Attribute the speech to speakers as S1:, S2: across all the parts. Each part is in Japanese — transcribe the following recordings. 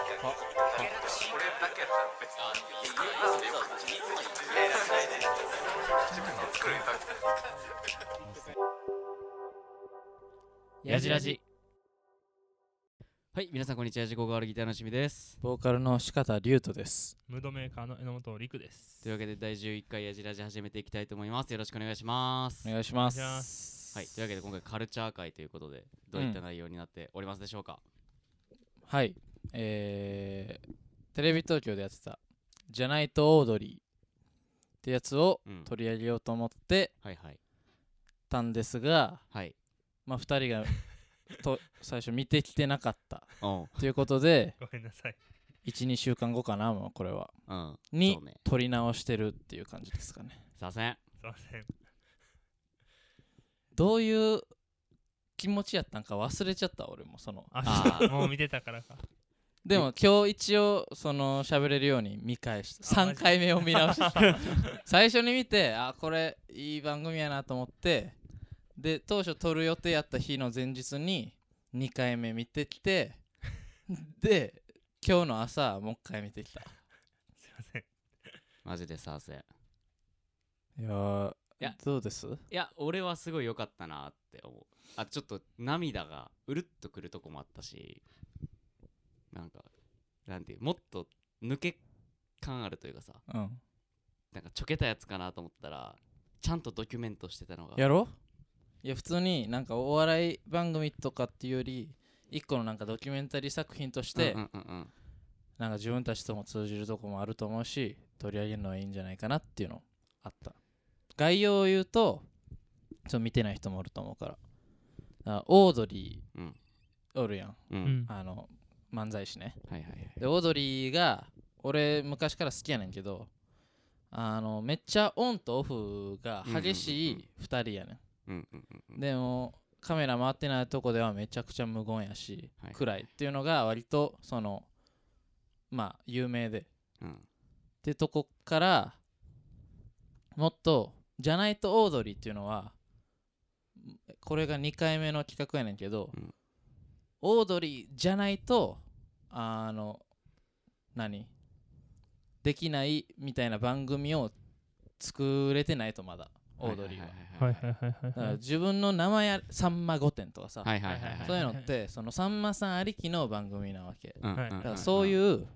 S1: ギャラクシーこれだけやったら別に作るに食べて
S2: やじらじはい皆さんこんにちはやじこがわるギターのしみです
S3: ボーカルの四方龍斗です。
S4: ムードメーカーの榎本陸です。
S2: というわけで第11回やじらじ始めていきたいと思いますよろしくお願いします
S3: お
S2: は
S3: 願いしま。
S4: お願いします
S2: いというわけで今回カルチャー会ということでどういった内容になっておりますでしょうか、
S3: はい。えー、テレビ東京でやってた、じゃないとオードリーってやつを
S2: うん
S3: 取り上げようと思って
S2: はいはい
S3: たんですが、
S2: はい
S3: まあ、2人が と最初見てきてなかった
S2: おう
S3: ということで、
S4: ごめんなさい。
S3: 1、2週間後かな、もうこれは。
S2: うん
S3: に
S2: そうね
S3: 取り直してるっていう感じですかね。
S2: させん
S4: すいません。
S3: どういう気持ちやったんか忘れちゃった、俺もその。
S4: あ
S2: あ ー
S4: もう見てたからか。
S3: でも今日一応その喋れるように見返した
S4: あマ
S3: 3
S4: ジ
S3: 回目を見直 した最初に見てあこれいい番組やなと思ってで当初撮る予定やった日の前日に2回目見てきて で今日の朝もう一回見てきた
S4: すいません。
S2: マジでさせん
S3: い
S2: い
S3: やー
S2: いや
S3: どうです
S2: や俺はすごい良かったなって思うあちょっと涙がうるっとくるとこもあったしなんかなんていうもっと抜け感あるというかさ
S3: うん
S2: なんかちょけたやつかなと思ったらちゃんとドキュメントしてたのが
S3: やろいや普通になんかお笑い番組とかっていうより一個のなんかドキュメンタリー作品として、
S2: うんうんうんうん
S3: なんか自分たちとも通じるとこもあると思うし取り上げるのはいいんじゃないかなっていうのあった概要を言うとちょっと見てない人もおると思うからあオードリ
S2: うん
S3: ーおるやん
S2: うん、
S4: うん。
S3: あの漫才師ね
S2: はいはいはい
S3: でオードリーが俺昔から好きやねんけどあのめっちゃオンとオフが激し
S2: うんうん
S3: い2人やねん,、
S2: うんうんうんうん
S3: でもカメラ回ってないとこではめちゃくちゃ無言やし、
S2: はい
S3: 暗いっていうのが割とそのまあ有名で
S2: うん
S3: ってとこからもっとじゃないとオードリーっていうのはこれが2回目の企画やねんけど、
S2: うん
S3: オードリーじゃないとあの何できないみたいな番組を作れてないとまだオードリーは,、
S4: はいはいはい
S3: だ
S4: は
S3: から
S4: い。
S3: 自分の名前あさんま御殿とかさ、
S2: はいはいはいはい
S3: そういうのってそのさんまさんありきの番組なわけ
S2: うんうんうん
S4: はい
S2: うん
S3: だからそういう、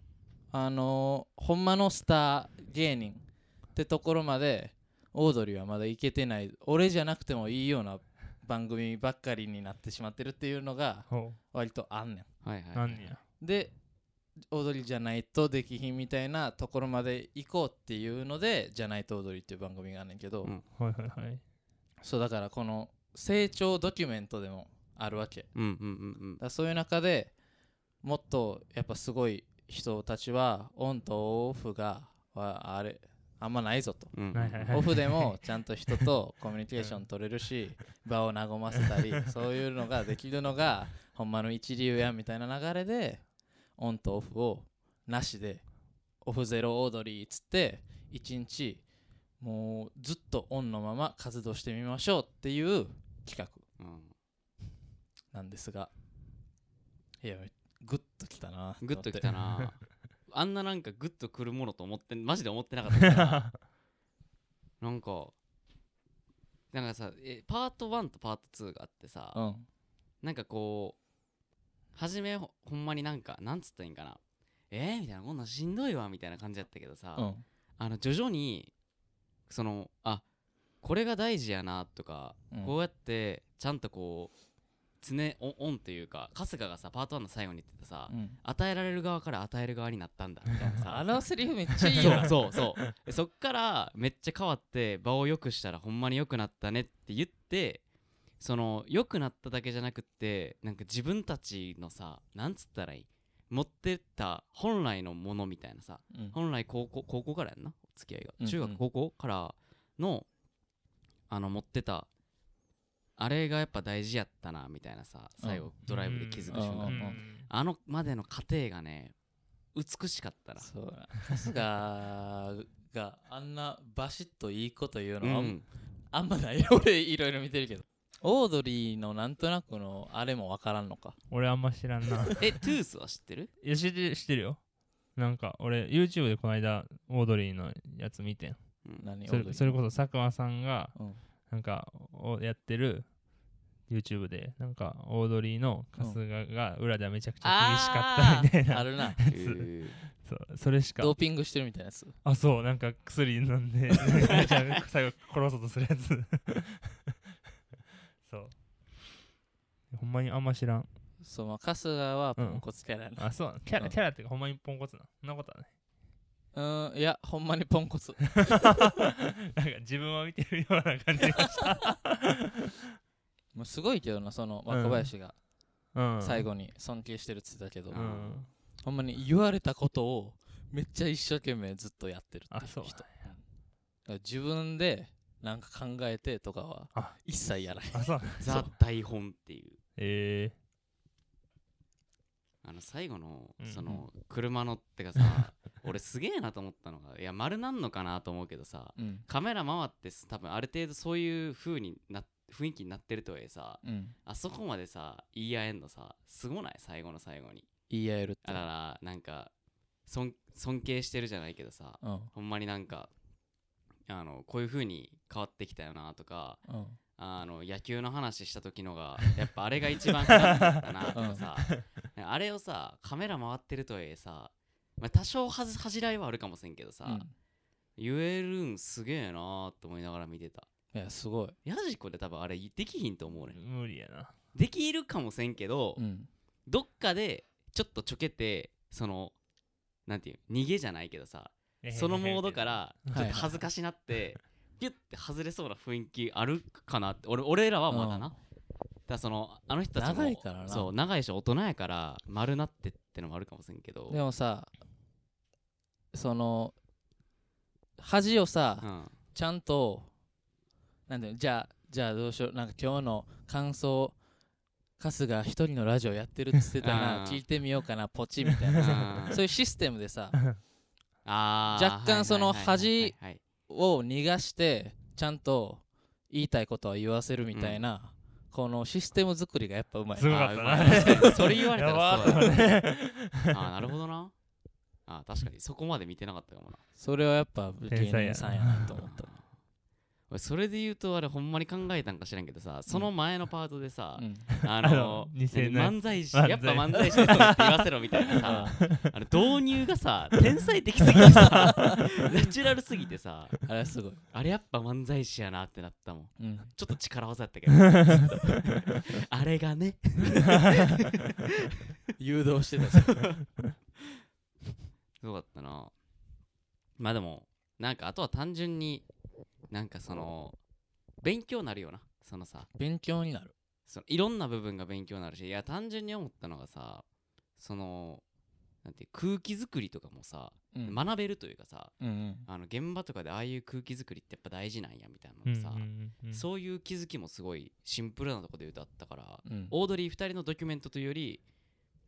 S3: あのーほんまのスター芸人ってところまでオードリーはまだいけてない俺じゃなくてもいいような番組ばっかりになってしまってるっていうのが
S4: ほ
S3: 割とあんね
S2: はいは
S4: う。
S2: いは
S4: ないんや。
S3: んでオードリーじゃないとできひんみたいなところまで行こうっていうのでじゃないとオードリーっていう番組があんねんけど、
S2: うん
S4: はいはいはい。
S3: そうだからこの成長ドキュメントでもあるわけ
S2: うんうんうん
S3: だからそういう中でもっとやっぱすごい人たちはオンとオフがはあれあんまないぞと。
S2: うんうん
S4: はいはいはい
S3: オフで もちゃんと人とコミュニケーション取れるし場を和ませ たりそういうのができるのがほんまの一流やみたいな流れでオンとオフをなしでオフゼロオードリーっつって一日もうずっとオンのまま活動してみましょうっていう企画
S2: うん
S3: なんですがいやめグッときたな
S2: グッときた
S3: な
S2: なあんななんかグッとくるものと思ってマジで思ってなかった からなんかなんかさえパート1とパート2があってさ、
S3: うん
S2: なんかこう初めほほんまになんかなんつったらいいんかなえー、みたいなこんなんしんどいわみたいな感じだったけどさ、
S3: うん
S2: あの徐々にそのあこれが大事やなとか、
S3: うん
S2: こうやってちゃんとこう常オオンというか春日がさパート1の最後に言ってたさ、
S3: うん
S2: 与えられる側から与える側になったんだみたい なさ
S3: あのセリフめっちゃいいよ
S2: そうそうそうでそっからめっちゃ変わって場を良くしたらほんまに良くなったねって言ってその良くなっただけじゃなくってなんか自分たちのさなんつったらいい持ってた本来のものみたいなさ
S3: うん
S2: 本来高校高校からやんなお付き合い
S3: うんう
S2: が
S3: ん
S2: 中学高校からのあの持ってたあれがやっぱ大事やったなみたいなさ最
S3: うん
S2: 後ドライブで気づく
S3: うん
S2: 瞬
S3: う
S2: 間
S3: ん
S2: あのまでの過程がね美しかったな
S3: そうだ春日があんなバシッといいこと言うのはあん,、
S2: うん
S3: あんまないよ 俺いろいろ見てるけどオードリーのなんとなくのあれもわからんのか
S4: 俺あんま知らんな。
S2: えトゥースは知ってる
S4: いや、知ってる、知ってるよ。なんか俺 YouTube でこの間オードリーのやつ見てん
S2: うん
S3: 何
S4: それ
S3: 踊り
S4: それこそ佐久間さんが
S3: うん
S4: なんかおやってる YouTube でなんかオードリーの春日が裏ではめちゃくちゃ厳しかったみたいな、
S3: ある な
S2: え
S4: やつ
S2: ー
S4: そうそれしか
S3: ドーピングしてるみたいなやつ
S4: あそうなんか薬飲 んでめちゃくちゃ最後殺そうとするやつ そうほんまにあんま知らん
S3: そうまあ春日はポンコツキャラや
S4: あそうなのキャ
S3: う
S4: ラ
S3: ん
S4: キャラっていうかほんまにポンコツなそんなことはない
S3: なうんいやほんまにポンコツ
S4: なんか自分を見てるような感じがした、
S3: もうすごいけどなその若林が
S4: うん、
S3: 最
S4: 後、
S3: 後に尊敬してるっつってたけど、
S4: うん、
S3: ほんまに言われたことをめっちゃ一生懸命ずっとやってるってい
S4: あ
S3: う
S4: そ
S3: 人
S4: うなんや
S3: うんだから自分でなんか考えてとかは
S4: あ
S3: 一切やらへん
S4: あそうなの
S2: ザ台本っていう
S4: え
S2: あの最後の
S4: うん
S2: その車のってかさ 俺すげえなと思ったのがいや丸なんのかなと思うけどさ
S3: うん
S2: カメラ回ってす多分ある程度そういう風にな雰囲気になってるとはいえさ
S3: うん
S2: あそこまでさ言い合えんのさすごない最後の最後に
S3: 言い合えるって
S2: だからなんか尊尊敬してるじゃないけどさ
S3: うん
S2: ほんまになんかあのこういう風に変わってきたよなとか
S3: うん
S2: あの野球の話した時のがやっぱあれが一番辛かっ たなとかさ、あれをさカメラ回ってるとはいえさ、まあ、多少はず恥じらいはあるかもしれんけどさ、
S3: うん
S2: 言えるんすげえなと思いながら見てた
S3: いやすごい
S2: ヤジコで多分あれできひんと思うね
S4: ー、
S2: ん
S4: 無理やな
S2: できるかもせんけど、
S3: うん
S2: どっかでちょっとちょけてそのなんていう逃げじゃないけどさそのモードから
S4: えへへへ
S2: ち
S4: みた
S2: ょっ
S4: いな
S2: と恥ずかしなってピュッて外れそうな雰囲気あるかなって俺俺らはまだな、
S3: うん
S2: だからそのあの人たちも
S3: 長いからな
S2: そう長いし大人やから丸なってってのもあるかもしれんけど
S3: でもさその恥をさ、
S2: うん
S3: ちゃんとなんだよじゃあじゃあどうしようなんか今日の感想春日一人のラジオやってるっつってた
S2: あ
S3: な
S2: ー
S3: 聞いてみようかなポチみたいな
S2: あ
S3: さ
S2: ー
S3: そういうシステムでさ
S2: あー
S3: 若干その
S2: はいはいはいはい
S3: 恥を逃がしてちゃんと言いたいことは言わせるみたいな、このシステム作りがやっぱうまい
S4: すごい
S3: な
S4: よか
S2: はい
S4: った
S2: はい
S4: な
S2: あーうまいねそれ言われた
S4: やば
S2: らそ
S4: ー
S2: う
S4: と
S2: だ
S4: 思っ
S2: ね
S4: て
S2: あーなるほどなあー確かにそこまで見てなかったかもな
S3: それはやっぱ芸人さんやなと思った
S2: 俺それで言うとあれほんまに考えたんか知らんけどさその前のパートでさ、
S3: うん
S2: あ
S4: あ
S2: の
S4: の偽のやつ
S2: 漫才師
S4: 漫才
S2: やっぱ漫才師ですって言わせろみたいな さあの導入がさ天才的すぎてさ ナチュラルすぎてさ
S3: あれはすごい、
S2: あれやっぱ漫才師やなってなったもん
S3: うん、
S2: ちょっと力技やったけ どずっとあれがね
S3: 誘導してた
S2: すごかったなまあでもなんかあとは単純になんかその勉強になるよなそのさ
S3: 勉強になる
S2: そのいろんな部分が勉強になるしいや単純に思ったのがさそのなんていう空気作りとかもさ、
S3: うん
S2: 学べるというかさ
S3: うんうん
S2: あの現場とかでああいう空気作りってやっぱ大事なんやみたい
S4: う
S2: な
S4: んう
S2: のさ、
S4: んうん
S2: そういう気づきもすごいシンプルなとこで言うとあったから、
S3: うん
S2: オードリー2人のドキュメントというより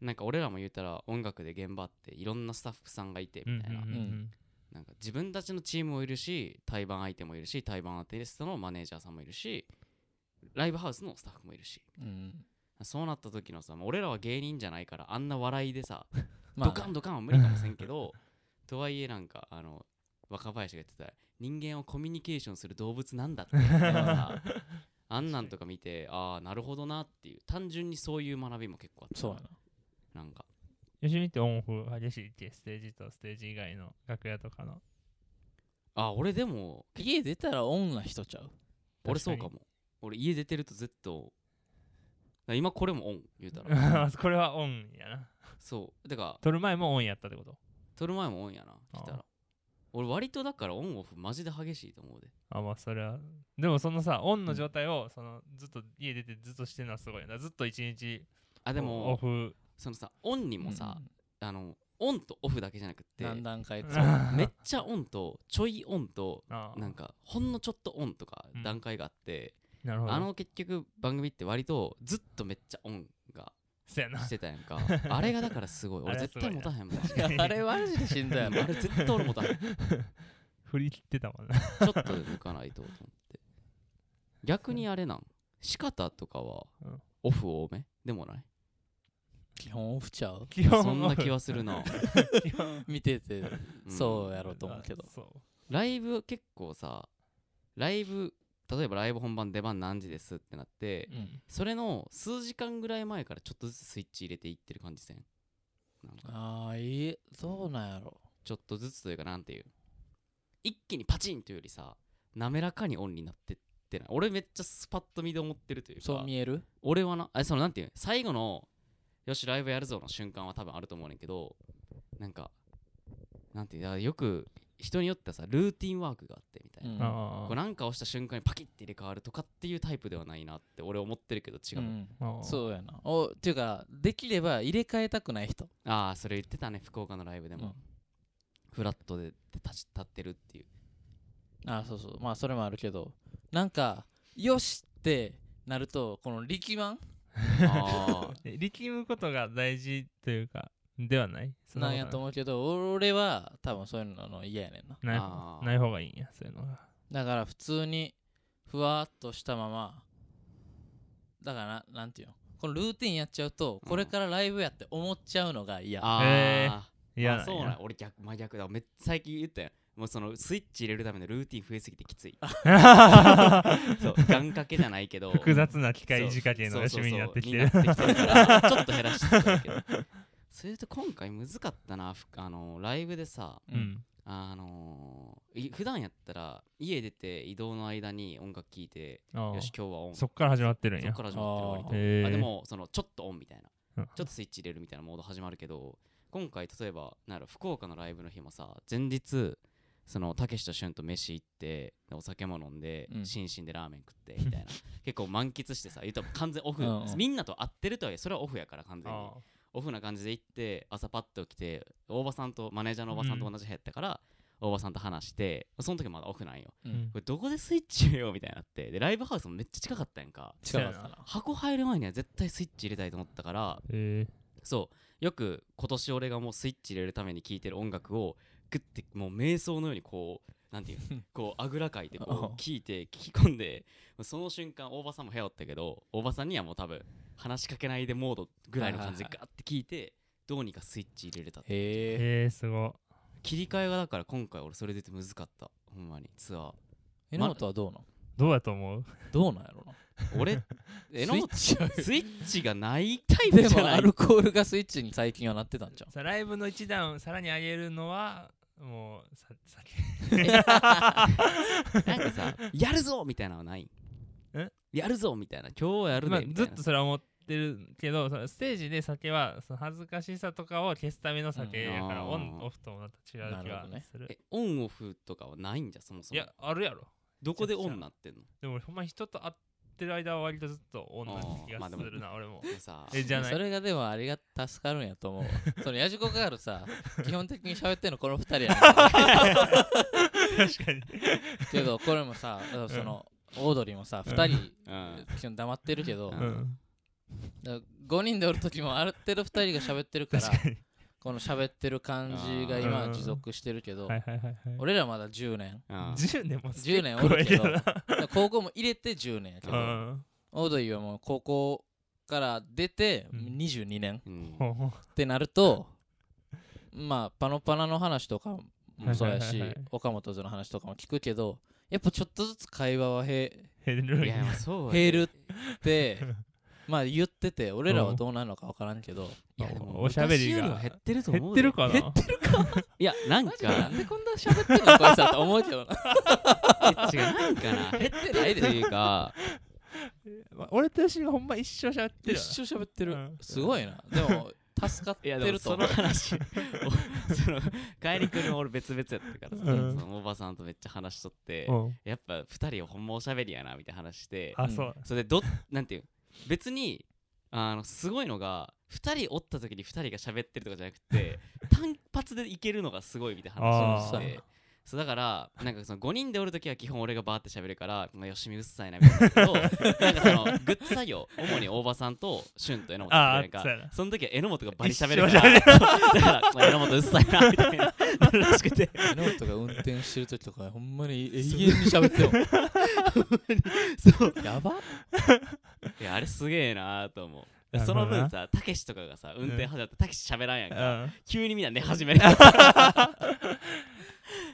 S2: なんか俺らも言うたら音楽で現場っていろんなスタッフさんがいて
S4: う
S2: み
S4: んうん
S2: たいな,、
S4: うんうん
S2: なんか自分たちのチームもいるし対バン相手もいるし対バンアーティストのマネージャーさんもいるしライブハウスのスタッフもいるし
S3: うん
S2: そうなった時のさ、まあ俺らは芸人じゃないからあんな笑いでさ、
S3: まあ
S2: ドカンドカンは無理かもしれん けどとはいえなんかあの若林が言ってた人間をコミュニケーションする動物なんだってでも さあんなんとか見てああなるほどなっていう単純にそういう学びも結構あったな
S3: そうやな
S2: なんか
S4: 吉見ってオンオフ激しいってステージとステージ以外の楽屋とかの
S2: あー俺でも
S3: 家出たらオンな人ちゃう
S2: 俺そうかも俺家出てるとずっとだ今これもオン言う たら
S4: これはオンやな
S2: そうてか
S4: 撮る前もオンやったってこと
S2: 撮る前もオンやな来た
S4: あー
S2: ら俺割とだからオンオフマジで激しいと思うで
S4: あまあそれはでもそのさオンの状態をそのずっと家出てずっとしてるのはすごいよなずっと一日
S2: あで
S4: オ
S2: も
S4: フ
S2: そのさオンにもさ、あのオンとオフだけじゃなくって
S3: 何段階
S4: うん
S3: そう
S2: めっちゃオンとちょいオンと
S4: ああ
S2: なんかほんのちょっとオンとか
S4: うん
S2: 段階があって、
S4: なるほど
S2: あの結局番組って割とずっとめっちゃオンが
S4: そやな
S2: してたやん かあれがだからすごい
S4: あ
S2: 俺
S4: れは
S2: 絶
S4: すご
S2: 対
S4: い
S2: 持
S4: な
S2: たへんもん
S3: いや あれマジでしんどいや
S2: あ
S3: ろ
S2: れ絶対俺持たへんち
S4: 振り切ってたもんな
S2: ょっとで抜かないとと思って逆にあれなん仕方とかは
S4: うん
S2: オフ多めでもない
S3: 基本オフちゃう
S4: 基本
S2: そんな気はするな
S4: 基本
S3: 見てて
S2: うん
S3: そうやろうと思うけど、
S4: そう
S2: ライブ結構さライブ例えばライブ本番出番何時ですってなって、
S3: うん
S2: それの数時間ぐらい前からちょっとずつスイッチ入れていってる感じせんなんか
S3: ああいいどうなんやろ
S2: ちょっとずつというかなんていう一気にパチンというよりさ滑らかにオンになってってない俺めっちゃスパッと見で思ってるというか
S3: そう見える
S2: 俺はなえそのなんていう最後のよしライブやるぞの瞬間は多分あると思うねんけどなんかなんていういやよく人によってはさルーティンワークがあってみたいな、
S3: うん
S4: あ
S2: こうなんかをした瞬間にパキッて入れ替わるとかっていうタイプではないなって俺思ってるけど違う、
S3: うん
S4: あう
S3: そうやなおっていうかできれば入れ替えたくない人
S2: ああそれ言ってたね福岡のライブで
S3: う
S2: も、
S3: ん
S2: フラットで立ち立ってるって いう
S3: ああそうそうまあそれもあるけどなんかよしってなるとこの力マン
S2: ああ
S4: え力むことが大事というかではないそ
S3: なんやと
S4: 思
S3: 思うけど俺は多分そういうのの嫌やねんな
S4: ない
S2: あー
S4: ない方がいいんやそういうのが
S3: だから普通にふわーっとしたままだからななんていうのこのルーティンやっちゃうと
S2: うん
S3: これからライブやって思っちゃうのが嫌、
S2: あー、
S4: へーい
S2: い
S4: や
S2: やそうなんや俺逆真逆だめっ最近言ったよもうそのスイッチ入れるためのルーティン増えすぎてきつ いそう願掛けじゃないけど
S4: 複雑な機械
S2: そう
S4: 仕掛けの
S2: そう
S4: 趣
S2: そうそう
S4: 味になってきてる
S2: になってきてるか らちょっと減らしてたけどそれと今回難かったなふあのライブでさ
S3: う
S4: うんん
S2: あのい普段やったら家出て移動の間に音楽聴いて
S4: あ
S2: よし
S4: ー
S2: 今日は音
S4: そっから始まってるん
S2: そ
S4: や
S2: っから始まってる割と、
S4: あーへー
S2: あでもそのちょっとオンみたいな
S4: うん
S2: ちょっとスイッチ入れるみたいなモード始まるけど今回例えばなんやろ福岡のライブの日もさ前日そのたけしとしゅんと飯行ってお酒も飲んで、
S3: うん
S2: 心身でラーメン食ってみたいな結構満喫してさ言うと完全オフ
S3: うんうん
S2: みんなと会ってるとはいえそれはオフやから完全に
S4: あ
S2: オフな感じで行って朝パッと起きて大場さんとマネージャーのおばさんと同じ部屋やったから、大場さんと話してその時まだオフなんよ
S3: う
S4: ー
S3: ん
S4: うん
S2: これどこでスイッチ入れようみたいになってでライブハウスもめっちゃ近かったやんか
S3: 近かった
S4: そうや
S3: な
S2: 箱入る前には絶対スイッチ入れたいと思ったから
S4: え
S2: そうよく今年俺がもうスイッチ入れるために聴いてる音楽をグッてもう瞑想のようにこうなんていうのこうあぐらかいてこう聴いて聞き込んでその瞬間大場さんも部屋おったけど大場さんにはもう多分話しかけないでモードぐらいの感じで
S3: はいはい
S2: ガッて聞いてどうにかスイッチ入れれたって
S4: ー、
S3: へえ
S4: えー、すご
S2: 切り替えがだから今回俺それで言って難かったほんまにツアー
S3: 榎本はどうなん
S4: どうやと思う
S3: どうなんやろな
S2: 俺えの
S3: スイッチ
S2: スイッチがないタイプ
S3: で
S2: じゃ
S3: も
S2: な
S3: ア
S2: い
S3: ルコールがスイッチに最近はなってたんじゃ
S4: さライブの一段さらに上げるのはもうさ酒
S2: なんかさ、やるぞみたいなのはない
S4: え
S2: やるぞみたいな、今日はやる
S4: まあ
S2: ねみた
S4: ず
S2: い
S4: っ
S2: な。
S4: とそれは思ってるけどそのステージで酒はその恥ずかしさとかを消すための酒やから、
S2: うん
S4: オンオフともまた違う気
S3: なる
S4: が
S3: ほどね
S4: する
S2: えオンオフとかはないんじゃ、そもそ
S4: い
S2: も。
S4: やあるやろ
S2: どこでオンなってんの
S4: でも俺ほんま人と会ってる間は割とずっとオンな
S2: あ
S4: 気
S2: ーま
S4: が
S2: あで
S4: す
S2: も
S4: るな、俺も
S2: でも さ、
S4: えじゃ
S3: ん
S4: ない
S3: それがでもありが助かるんやと 思うわそのヤジコガールさ基本的に喋ってんのこの二人やねん
S4: 確かに
S3: けどこれもさそのオードリーもさ二人
S2: うん。
S3: 基本黙ってるけど、
S2: う
S4: うんん
S3: だから5人でおる時もある程度2人が喋ってるから
S4: 確かに
S3: この喋ってる感じが今は持続してるけど、
S4: はいはいはいはい
S3: 俺らまだ10年
S2: うん
S4: 10年も
S3: 10年おるけど
S4: 結構
S3: だから高校も入れて10年やけ
S4: い
S3: ど、
S4: るなうん
S3: オードリーはもう高校から出て
S4: うん
S3: 22年っ
S2: うん
S4: ほうほう
S3: てなると、まあパノパナの話とかもそうや
S4: はい
S3: し
S4: はいはいはい
S3: 岡本図の話とかも聞くけどやっぱちょっとずつ会話は減
S4: 減るん
S2: いや、
S4: や
S2: まあそうや
S3: 減る ってまあ言ってて俺らはどうなるのか分からんけど、
S2: いや、でも、
S4: おしゃべりが
S2: 昔よりは減ってると思う
S4: 減っ
S2: で
S4: てるかな
S3: 減って
S4: る
S2: いや、なん
S3: マジでな
S2: か、
S3: んでこんな喋ってんのこいつだと思うけどな。
S2: え違う、なんかな、減ってないというか、
S4: 俺と吉井がほんま一生喋ってるよな
S3: 喋って
S4: うん
S3: すごいな。でも、助かっ
S2: い
S3: て
S2: や、でも
S3: ると
S2: そ
S3: 思
S2: の
S3: う。
S2: 話、おその、帰り来るの俺別々やったからさ、そ
S4: うん
S2: のおばさんとめっちゃ話しとって、
S4: うん
S2: やっぱ二人ほんまおしゃべりやな、みたいな話して、
S4: あそう
S2: それでどなんていう別にあのすごいのが2人おった時に2人が喋ってるとかじゃなく て単発でいけるのがすごいみたいな話
S3: あ
S2: をし
S3: ーそうや
S2: て
S3: な
S2: そうだからなんかその5人でおる時は基本俺がバーって喋るから「まあ、よしみうっさいな」みたいな のけどなんかそのグッズ作業主に大場さんと俊と榎本さ
S4: あ
S2: ん
S4: あそう
S2: が
S4: やな
S2: その時は榎本がバリ喋
S4: 一
S2: る
S4: 緒
S2: から そうだから、まあ、榎本うっさいなみたい ななるらしくて
S3: ノートが運転してる時とか、ほんまに永遠に喋ってる。
S2: そう
S3: やば
S2: いやあれすげえなーと思う
S4: なるほ
S2: そ
S4: どな
S2: の分さたけしとかがさ運転始まったたけし喋らんやん
S4: う
S2: か
S4: ん、
S2: 急にみんな寝始 める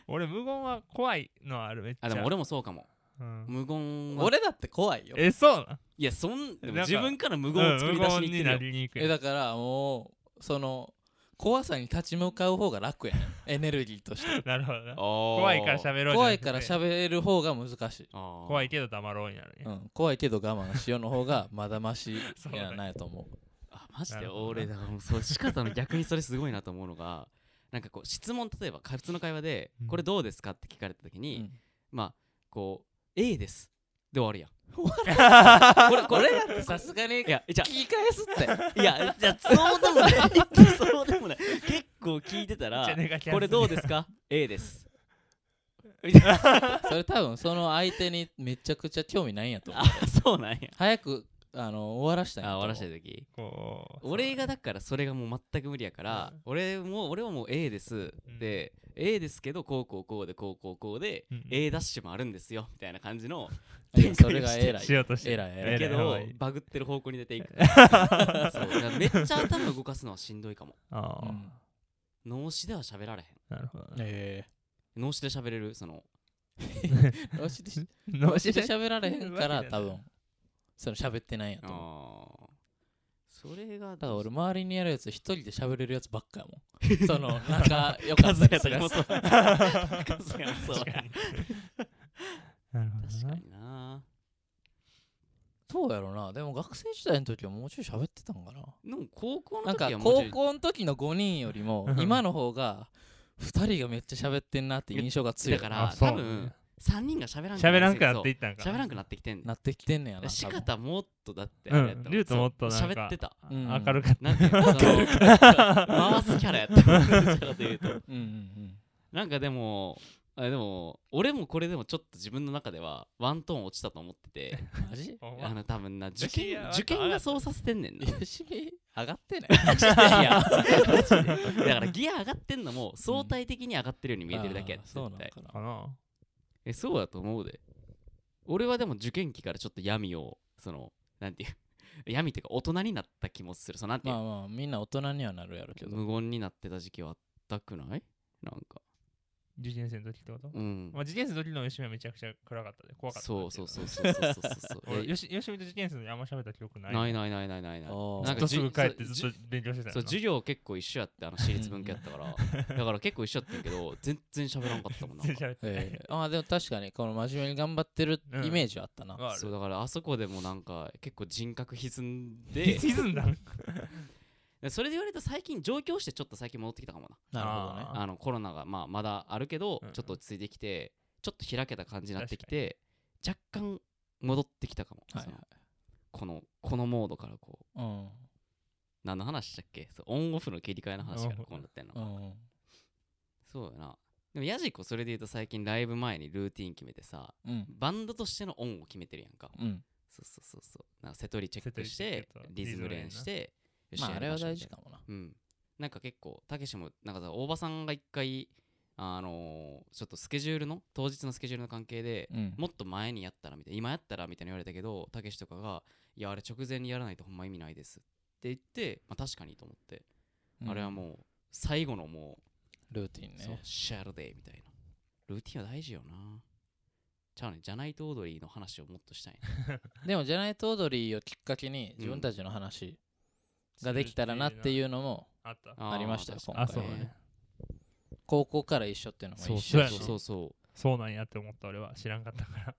S4: 俺無言は怖いのはあるめっちゃ
S2: あでも俺もそうかも
S4: うん、
S2: 無言 は
S3: 俺だって怖いよ
S4: えそうなん
S2: いやそんでも
S4: なんか
S2: 自分から無言を作り出しに行
S4: うん無
S2: っ
S4: 言
S2: て
S4: に
S2: る
S4: な
S2: よ
S4: りに行くやん
S3: えだからもうその怖さに立ち向かう方が楽やねんエネルギーと して
S4: なるほどな怖
S2: 怖
S4: いから喋ろう
S3: 怖いから
S4: 喋
S3: 喋る方が難しい、
S4: 怖い
S2: け
S4: けど黙ろうになるね、
S3: うん、怖いけど我慢しようの方がまだまし
S4: そうだね
S3: やないと思う
S2: あマジ
S4: な
S2: で
S4: るほどな
S2: 俺だからもうそう仕方の逆にそれすごいなと思うのが なんかこう質問例えば普通の会話で
S4: う
S2: 「
S4: ん
S2: これどうですか?」って聞かれた
S3: う
S2: 時に
S3: ん
S2: まあこう「A です」で終わるや ん
S3: これこれだってさすがに
S2: いやじゃ
S3: 聞き返すって
S2: いやじゃ そうでもない そうでもない結構聞いてたら「これどうです
S4: か
S2: か ?A です」
S3: それ多分その相手にめちゃくちゃ興味ないんやと思う
S2: あそうなんや
S3: 早くあの終わらしたいんや
S2: あ
S3: と思う
S2: 終わらせた時
S4: こう
S2: 俺がだからそれがもう全く無理やから、
S4: うん
S2: 俺も俺はもう A です、
S4: うん
S2: で A ですけどこうこうこうでこうこうこうで、
S4: うん
S2: A ダッシュもあるんですよみたいな感じの
S3: いやそれが 偉い
S4: しようとして
S3: 偉い偉
S4: え
S3: い
S4: い
S2: けど
S4: 偉い
S2: バグってる方向に出ていくそうだからめっちゃ頭動かすのはしんどいかも
S4: ああ、
S3: うん
S2: 脳死では喋られへ
S4: なるほどね
S3: え
S2: ん脳死で喋れるその
S3: え脳死で
S4: 脳
S3: 脳死
S4: 死で
S3: で喋られへん か
S4: わ
S3: ら
S4: けじゃ
S3: 多
S4: ない
S3: 分その喋ってないんや
S2: あ
S3: と思う
S2: ーそれが
S3: だから俺
S2: も
S3: 周りにやるやつ一人で喋れるやつばっかやも んその仲良か
S2: カ
S3: っ
S2: ズ
S3: た
S2: ヤ
S3: りするや
S2: とかもそう
S3: つ
S2: カズヤもそう
S4: 確か
S2: 確
S4: になるほど
S2: か
S4: な
S2: にな
S3: そうやろなでも学生時代の時はもうちょい喋ってたんかな
S2: でも高校
S3: な
S2: の
S3: んか
S2: 時はもうちょ
S3: 高
S2: い
S3: 校の時の5人よりも
S4: うん
S3: 今の方が2人がめっちゃ喋ってんなって印象が強い
S2: だか
S4: あ
S2: ら
S4: そう
S2: 多分3人が喋らん
S4: 喋らんくなっていったんか
S2: そう喋らんくなってきてんね
S3: なってきてんねや
S2: ん
S3: な
S2: 仕
S3: 多分
S2: 方もっとだって
S4: うん
S2: あれやったもん
S4: リュウトもっとなんか
S2: そう喋ってた
S3: うん
S4: 明るかっ
S2: なんていう のその回すキャラやったもんどちらかというと
S3: うんうん
S2: なんかでもあでも俺もこれでもちょっと自分の中ではワントーン落ちたと思って て
S3: うんマジ
S4: た
S2: あの多分な受
S4: い
S2: 験
S4: や
S2: 受験がそうさせてんねんな
S3: よしみ上がって ないいや
S2: だからギア上がってんのも相対的に上がってるように見えてるだけ
S3: あ
S2: や
S3: ーそうなん
S2: 絶対
S3: かな
S4: かな
S2: えそうだと思うで俺はでも受験期からちょっと闇をそのなんていう闇っていうか 大人になった気もするそのなんていう、
S3: まあまあみんな大人にはなるやろけど
S2: 無言になってた時期はあったくないなんか
S4: 受験生の時ってこと
S2: うん
S4: まあ受験生の時の吉見はめちゃくちゃ暗かったで怖かった
S2: そうそうそうそうそうそうそう
S4: 俺
S2: え
S4: よし吉見と受験生の時あんま喋った記憶ない
S2: ないないないないないな
S3: あ
S2: い
S3: ー
S4: ずっとすぐ帰って
S2: じ
S4: ずっと勉強してた
S2: そう授
S4: 業
S2: 業結構一緒やって あの私立文化やったからだから結構一緒やってんけど全然喋らんかったもんなん
S4: 全
S2: か
S4: 然喋ってない
S3: ええああでも確かにこの真面目に頑張ってる
S4: うん
S3: イメージはあったな、
S4: わかる
S2: そうだからあそこでもなんか結構人格歪ん
S4: え
S2: で
S4: 沈んだん
S2: でそれで言われると最近上京してちょっと最近戻ってきたかもな
S3: なるほどね
S4: あ
S2: あのコロナがまあまだあるけど、
S4: うん
S2: ちょっと落ち着いてきてちょっと開けた感じになってきて若干戻ってきたかも、
S3: はい
S2: そのこのこのモードからこう
S3: うん
S2: 何の話したっけそうオンオフの切り替えの話からこうなってんの、
S3: うん
S2: そうやなでもヤジコそれで言うと最近ライブ前にルーティン決めてさ
S3: うん
S2: バンドとしてのオンを決めてるやんか、
S3: うん
S2: そうそうそうそうなんかセトリチェックし
S4: セ
S2: て
S4: トリチェックと
S2: リズム練してよし
S3: まああ
S2: や
S3: れ
S2: り
S3: は
S2: しょう
S3: 大
S2: みたいな
S3: 事かもな
S2: うん、なんか結構たけしもなんかさ大場さんが一回あのーちょっとスケジュールの当日のスケジュールの関係で、
S3: うん
S2: もっと前にやったらみたいな今やったらみたいな言われたけどたけしとかが「いやあれ直前にやらないとほんま意味ないです」って言って、まあ、確かにと思って、あれは
S3: う
S2: もう最後のも
S3: んルーティン
S2: う、そう
S3: ね
S2: シャルデーみたいなルーティンは大事よなじゃあねじゃないとオードリーの話をもっとしたいな
S3: でもジャナイト・オードリーをきっかけに自分たちの話ができたらなっていうのも
S4: あった
S2: ー
S3: ありましたよ
S2: 確か
S4: あ
S2: に
S4: そう
S3: 今回
S4: ね
S3: 高校から一緒っていうのも
S2: そう
S3: 一
S2: そ
S3: 緒
S2: う
S3: やし
S4: やな
S2: そうそう
S4: そうなんやって思った俺は知らんかったから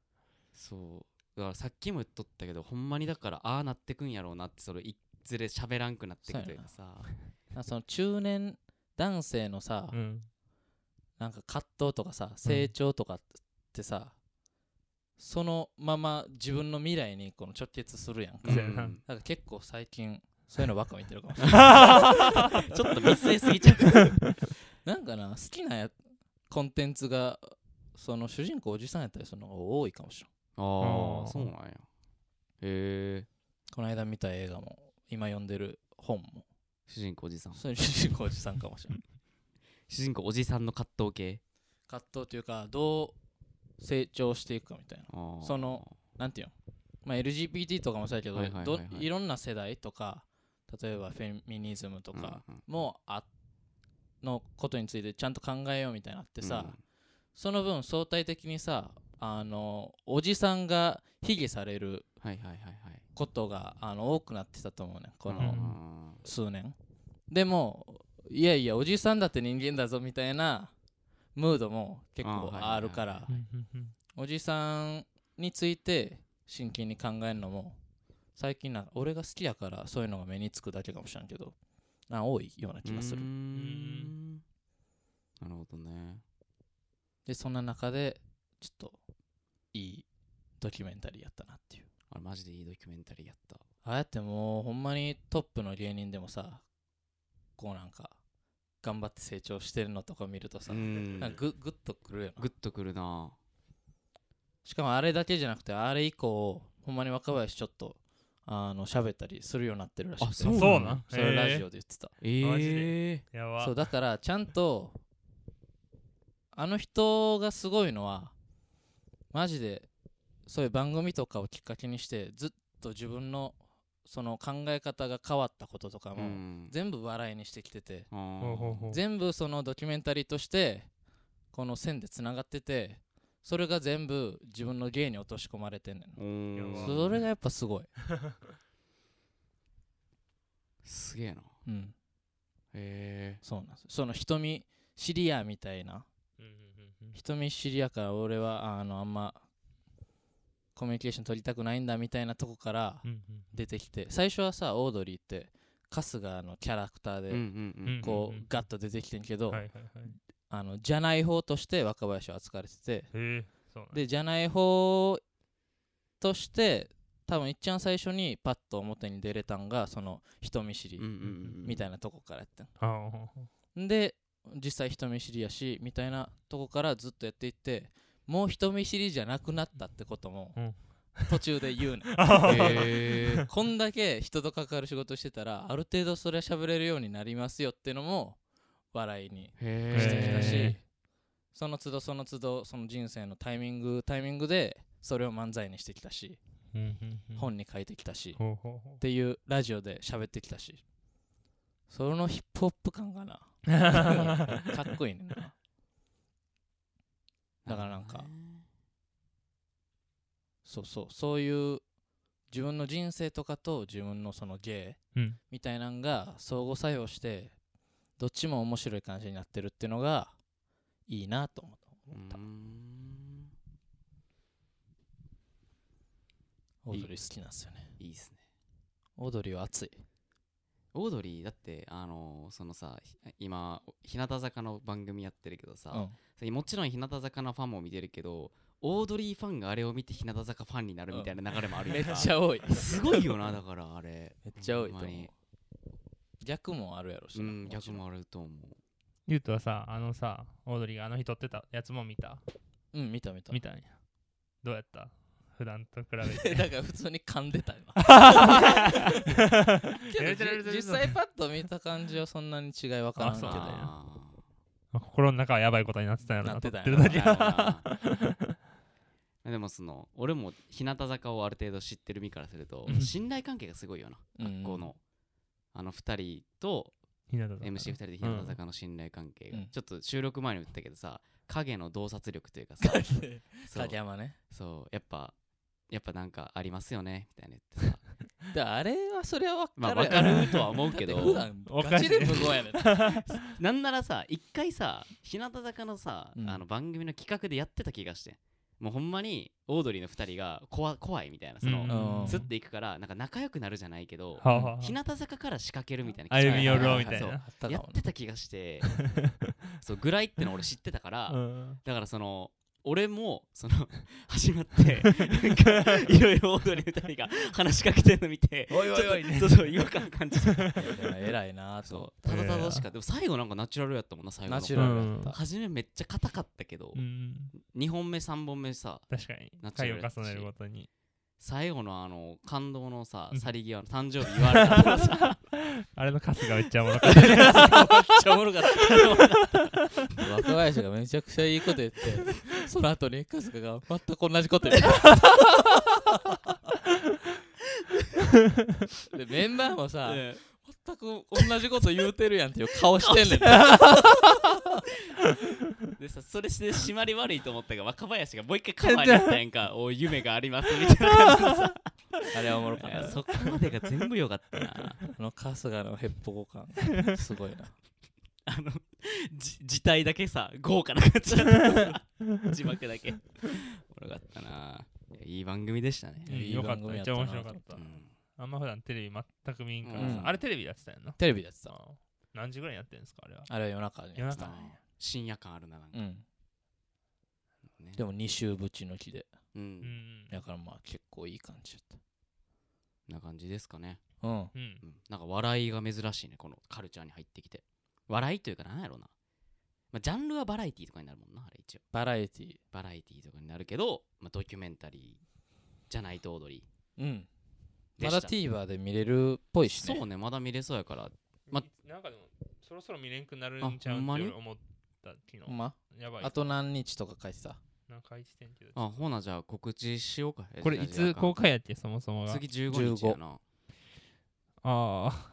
S2: そうだからさっきも言っとったけどほんまにだからああなってくんやろうなってそれいずれ喋らんくなってくというかさ
S3: なんかその中年男性のさ、
S4: うん
S3: なんか葛藤とかさ成長とかってさ、そのまま自分の未来にこの直結するやんか、
S4: そう
S2: う
S4: やなん
S3: なんか結構最近そういうのばっか見てるかもしれ
S2: ちょっと見据えすぎちゃう
S3: ないなんかな好きなやコンテンツがその主人公おじさんやったりするのが多いかもしれん
S2: あ
S4: あー
S2: あそうなんやへえ
S3: この間見た映画も今読んでる本も
S2: 主人公おじさん
S3: そういう主人公おじさんかもしれん
S2: 主人公おじさんの葛藤系
S3: 葛藤というかどう成長していくかみたいな
S2: あー
S3: そのなんていうの、まあ、LGBT とかもそうやけど、
S2: はいはいはいいはい
S3: どいろんな世代とか例えばフェミニズムとか
S2: うんうん
S3: もあのことについてちゃんと考えようみたいになってさ、
S2: うん
S3: その分相対的にさあのおじさんが卑下される
S2: はいはいはいはい
S3: ことがあの多くなってたと思うねこ
S4: うん
S3: の
S2: あー
S3: 数年、でもいやいやおじさんだって人間だぞみたいなムードも結構あるから、
S2: あーはいはいはいはい
S4: うんうんうん
S3: おじさんについて真剣に考えるのも最近なんか俺が好きやからそういうのが目につくだけかもしれんけどなんか多いような気がする
S2: うーんなるほどね
S3: でそんな中でちょっといいドキュメンタリーやったなっていう
S2: あれマジでいいドキュメンタリーやった
S3: ああやってもうほんまにトップの芸人でもさこうなんか頑張って成長してるのとか見るとさ、
S2: うん
S3: なんかググッとくるよな
S2: グッとくるな
S3: しかもあれだけじゃなくてあれ以降ほんまに若林ちょっとあの喋ったりするようになってるらしい
S2: あそう
S4: そうなん
S3: それラジ
S4: へ
S3: オで言ってた、
S2: え
S4: マジ
S2: え
S4: ーやば
S3: そうだからちゃんとあの人がすごいのはマジでそういう番組とかをきっかけにしてずっと自分のその考え方が変わったこととか
S2: う
S3: も
S2: ん
S3: 全部笑いにしてきてて、
S2: あー
S4: ほうほうほう
S3: 全部そのドキュメンタリーとしてこの線でつながっててそれが全部自分の芸に落とし込まれてんねん
S2: おー
S4: やば
S3: それがやっぱすごい、
S2: すげえな
S3: うん、
S2: へえ
S3: そうなんですその瞳シリアみたいな
S4: うんうんうんうん
S3: 人見知りやから俺はあのあんまコミュニケーション取りたくないんだみたいなとこから
S4: うんうん
S3: 出てきて最初はさオードリーって春日のキャラクタ
S2: うんう
S3: ーで
S2: ん
S4: う
S2: うん
S4: ん
S3: こうガッと出てきてんけど、
S4: はいはいはい
S3: あのじゃない方として若林は扱われてて
S4: へえそうなんだ
S3: でじゃない方として多分いっちゃん最初にパッと表に出れたんがその人見知り
S2: うんうんうん
S3: みた
S2: い
S3: いなとこからやってん
S4: あーほうほう
S3: で実際人見知りやしみたいなとこからずっとやっていってもう人見知りじゃなくなったってことも
S4: うん
S3: 途中で 言うね、
S2: へえ
S3: こんだけ人と関わる仕事してたらある程度それは喋れるようになりますよってのも笑いに
S2: へ
S3: してきたし、
S4: へー
S3: その都度その都度その人生のタイミングタイミングでそれを漫才にしてきたし、
S4: うんうんうん
S3: 本に書いてきたし、っ
S4: ほうほうほう
S3: ていうラジオで喋ってきたしそのヒップホップ感が なかっこいいねんなだからなんかそうそうそういう自分の人生とかと自分のその芸
S4: うん
S3: みたいなんが相互作用してどっちも面白い感じになってるっていうのがいいなと思った、
S2: うーん
S3: オードリー好きなんですよね
S2: いいっすね
S3: オードリーは熱い
S2: オードリーだってあのーそのさひ今日向坂の番組やってるけど さ、
S3: うん
S2: もちろん日向坂のファンも見てるけどオードリーファンがあれを見て日向坂ファンになるみたいな流れもある
S3: め
S2: や
S3: っ
S2: んか
S3: ちゃ 多い
S2: すごいよなだからあれ
S3: めっちゃ多いと
S2: ほんま
S3: 思う
S2: に
S3: 逆もあるやろし
S2: う
S3: な、
S2: ん
S3: もち
S2: 逆
S3: ろ
S2: もあると思う
S4: ゆうとはさあのさオードリーがあの日撮ってたやつも見た
S3: うん見た見た
S4: 見たんやどうやった普段と比べ て
S3: だから普通に噛んでた今けどじ実際パッと見た感じはそんなに違い分からんけ
S4: そう
S3: ど
S4: だよ
S2: あ
S4: まあ心の中はやばいことになってたんやろ
S3: なってたんや
S4: 撮
S3: ろ
S4: る
S2: ー
S4: だけは
S2: なるほどな でもその俺も日向坂をある程度知ってる身からすると
S4: うん
S2: 信頼関係がすごいよな
S3: うん
S2: このあの2人と
S4: 日向坂
S2: MC2 人で日向坂の信頼関係が、
S3: うん
S2: ちょっと収録前にも言ったけどさ影の洞察力というか さそう
S3: 影山ね
S2: そうやっぱやっぱなんかありますよねみたいな言 ってさ
S3: であれはそれは分
S2: ま
S3: かる
S2: あわ
S3: や
S2: か
S3: ろ
S2: るとは思う け
S3: だって普
S2: ど
S3: 段
S4: お
S3: ガ
S4: かし
S3: チ
S4: い
S3: で無言やねん
S2: なんならさ一回さ日向坂のさ、
S3: うん
S2: あの番組の企画でやってた気がしてもうほんまにオードリーの2人が怖怖いみたいなその、
S3: うん
S2: すっスッていくからなんか仲良くなるじゃないけど
S4: はあはあ
S2: 日向坂から仕掛けるみたいな
S4: 歩み寄ろう
S2: はい
S4: み
S2: はい
S4: た
S2: はいそ
S4: い
S2: う
S4: な
S3: た
S2: やってた気がしてそうぐらいっての俺知ってたから、
S4: うん
S2: だからその俺もその 始まってなんかいろいろオードリーの2人が話しかけてるの見て
S3: おいおい おい
S2: ちょっとそうそう違和感感 じて
S3: 偉いなと
S2: そうただただしかでも最後なんかナチュラルやったもんな最後
S3: ナ
S2: の
S3: チュラルだった
S2: 初めめっちゃ硬かったけど、
S4: うん
S2: 二2本目3本目さ
S4: 確かに
S2: ナチュラ
S4: 回を
S2: ル
S4: 重ねるごとに
S2: 最後のあの感動のさ
S4: うん
S2: 去り際の誕生日言われたのさ
S4: あれのカスがめっちゃおもろかった
S3: めっちゃおもろかった若林がめちゃくちゃいいこと言 ってその後に春日が全く同じこと言ってでメンバーもさ全く同じこと言うてるやんっていう顔してんねん
S2: でさそ れして締まり悪いと思ったが若林がもう一回カバーに行ったやんか おい夢がありますみたいな感 じでさ
S3: あれはおもろか
S2: い
S3: った
S2: や
S3: な
S2: そこまでが全部良かった な
S3: あの春日のヘッポコ感すごいな
S2: あのじ字体だけさ豪華な感じだったさ 字幕だけおもろかったないやいい番組でしたね、
S4: うん
S3: いい
S4: よかっ
S3: 番
S4: た
S3: 組
S4: め
S3: やっ
S4: っち
S3: た
S4: ゃ
S3: な
S4: 面白かっ
S2: う
S4: た
S2: ん
S4: あんま普段テレビ全く見んからさ、
S2: うん
S4: あれテレビでやってたやんな
S3: テレビでやってた
S4: あー何時ぐらいにやってるんですかあれは
S3: あれは夜中にやってた
S4: 夜
S2: あー深夜感あるななんか
S3: う
S2: ね、
S3: んでも2週ぶち抜きで
S2: うん
S4: うん
S3: だからまあ結構いい感じだっ
S2: な感じですかね、
S3: たうん
S4: うん
S2: うん、なんか笑いが珍しいねこのカルチャーに入ってきて笑いというかなんやろうな、まあ、ジャンルはバラエティとかになるもんなあれ一応
S3: バラエティ
S2: バラエティとかになるけど、まあ、ドキュメンタリーじゃないと踊り
S3: うん
S2: で
S3: ま
S2: した
S3: だ TVer で見れるっぽいしね
S2: そうねまだ見れそうやからま
S4: なんかでもそろそろ見れんくなるんちゃう
S2: あほ
S4: っ
S2: んま
S4: て
S2: に
S4: 俺思った昨
S3: ほん
S4: 日
S3: ま
S4: やばい
S3: あと何日とか書いてた
S4: なんか開始点けど
S2: あほなじゃあ告知しようか
S4: これいつ公開やってそもそもが
S2: 次15日やな
S4: ああ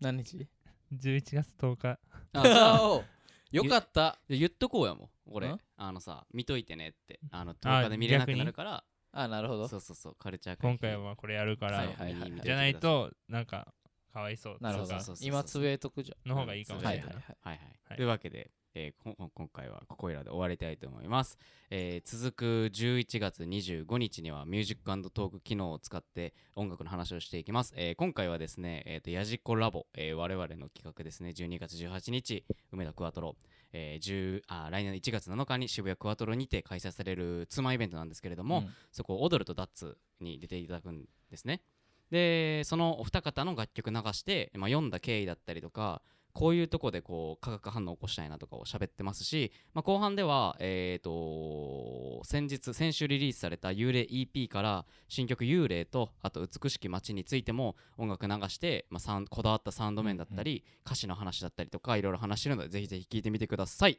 S3: 何日
S4: 11月10日
S2: あじ ゃあ
S3: お よかった
S2: で言っとこうやもん俺
S3: ん
S2: あのさ見といてねってあの
S4: あ
S2: 10日で見れなくなるから
S3: あなるほど
S2: そうそうそうカルチャー会
S4: 今回はこれやるから、
S2: はい
S3: はいはい
S4: じゃないとなんかかわいそう
S3: なるほ
S4: と
S3: ど
S4: か
S2: そうそうそう
S3: 今つぶえとくじゃん
S4: の方がいいかもしれない、
S3: はいはいはい
S2: はいはい、
S4: はい
S2: というわけで、えーここ 今回はここいらで終わりたいと思います、えー続く11月25日にはミュージックトーク機能を使って音楽の話をしていきます、えー今回はですね、えー、とやじっこラボ、えー我々の企画ですね12月18日梅田クワトロ、えー10あ来年の1月7日に渋谷クワトロにて開催されるツーマンイベントなんですけれど
S3: う
S2: も、
S3: ん
S2: そこ踊るとダッツに出ていただくんですねでそのお二方の楽曲流して、まあ、読んだ経緯だったりとかこういうとこでこう化学反応を起こしたいなとかを喋ってますし、まあ、後半では、えー、と先日先週リリースされた幽霊 EP から新曲「幽霊と」あと「美しき街」についても音楽流して、まあ、サウンこだわったサウンド面だったり、歌詞の話だったりとかいろいろ話してるのでぜひぜひ聴いてみてください。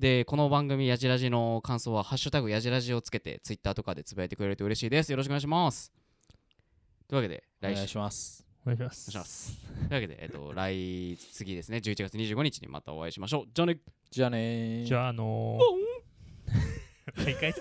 S2: で、この番組、やじらじの感想は、ハッシュタグやじらじをつけて、ツイッターとかでつぶやいてくれると嬉しいです。よろしくお願いします。というわけで、
S3: お
S2: 来週
S3: 願い、します
S4: お願
S2: お
S4: いしま
S2: 願い
S4: す
S2: します。というわけで、えっと、来、次ですね、11月25日にまたお会いしましょう。じゃあね
S3: じゃあねー
S4: じゃああのー毎回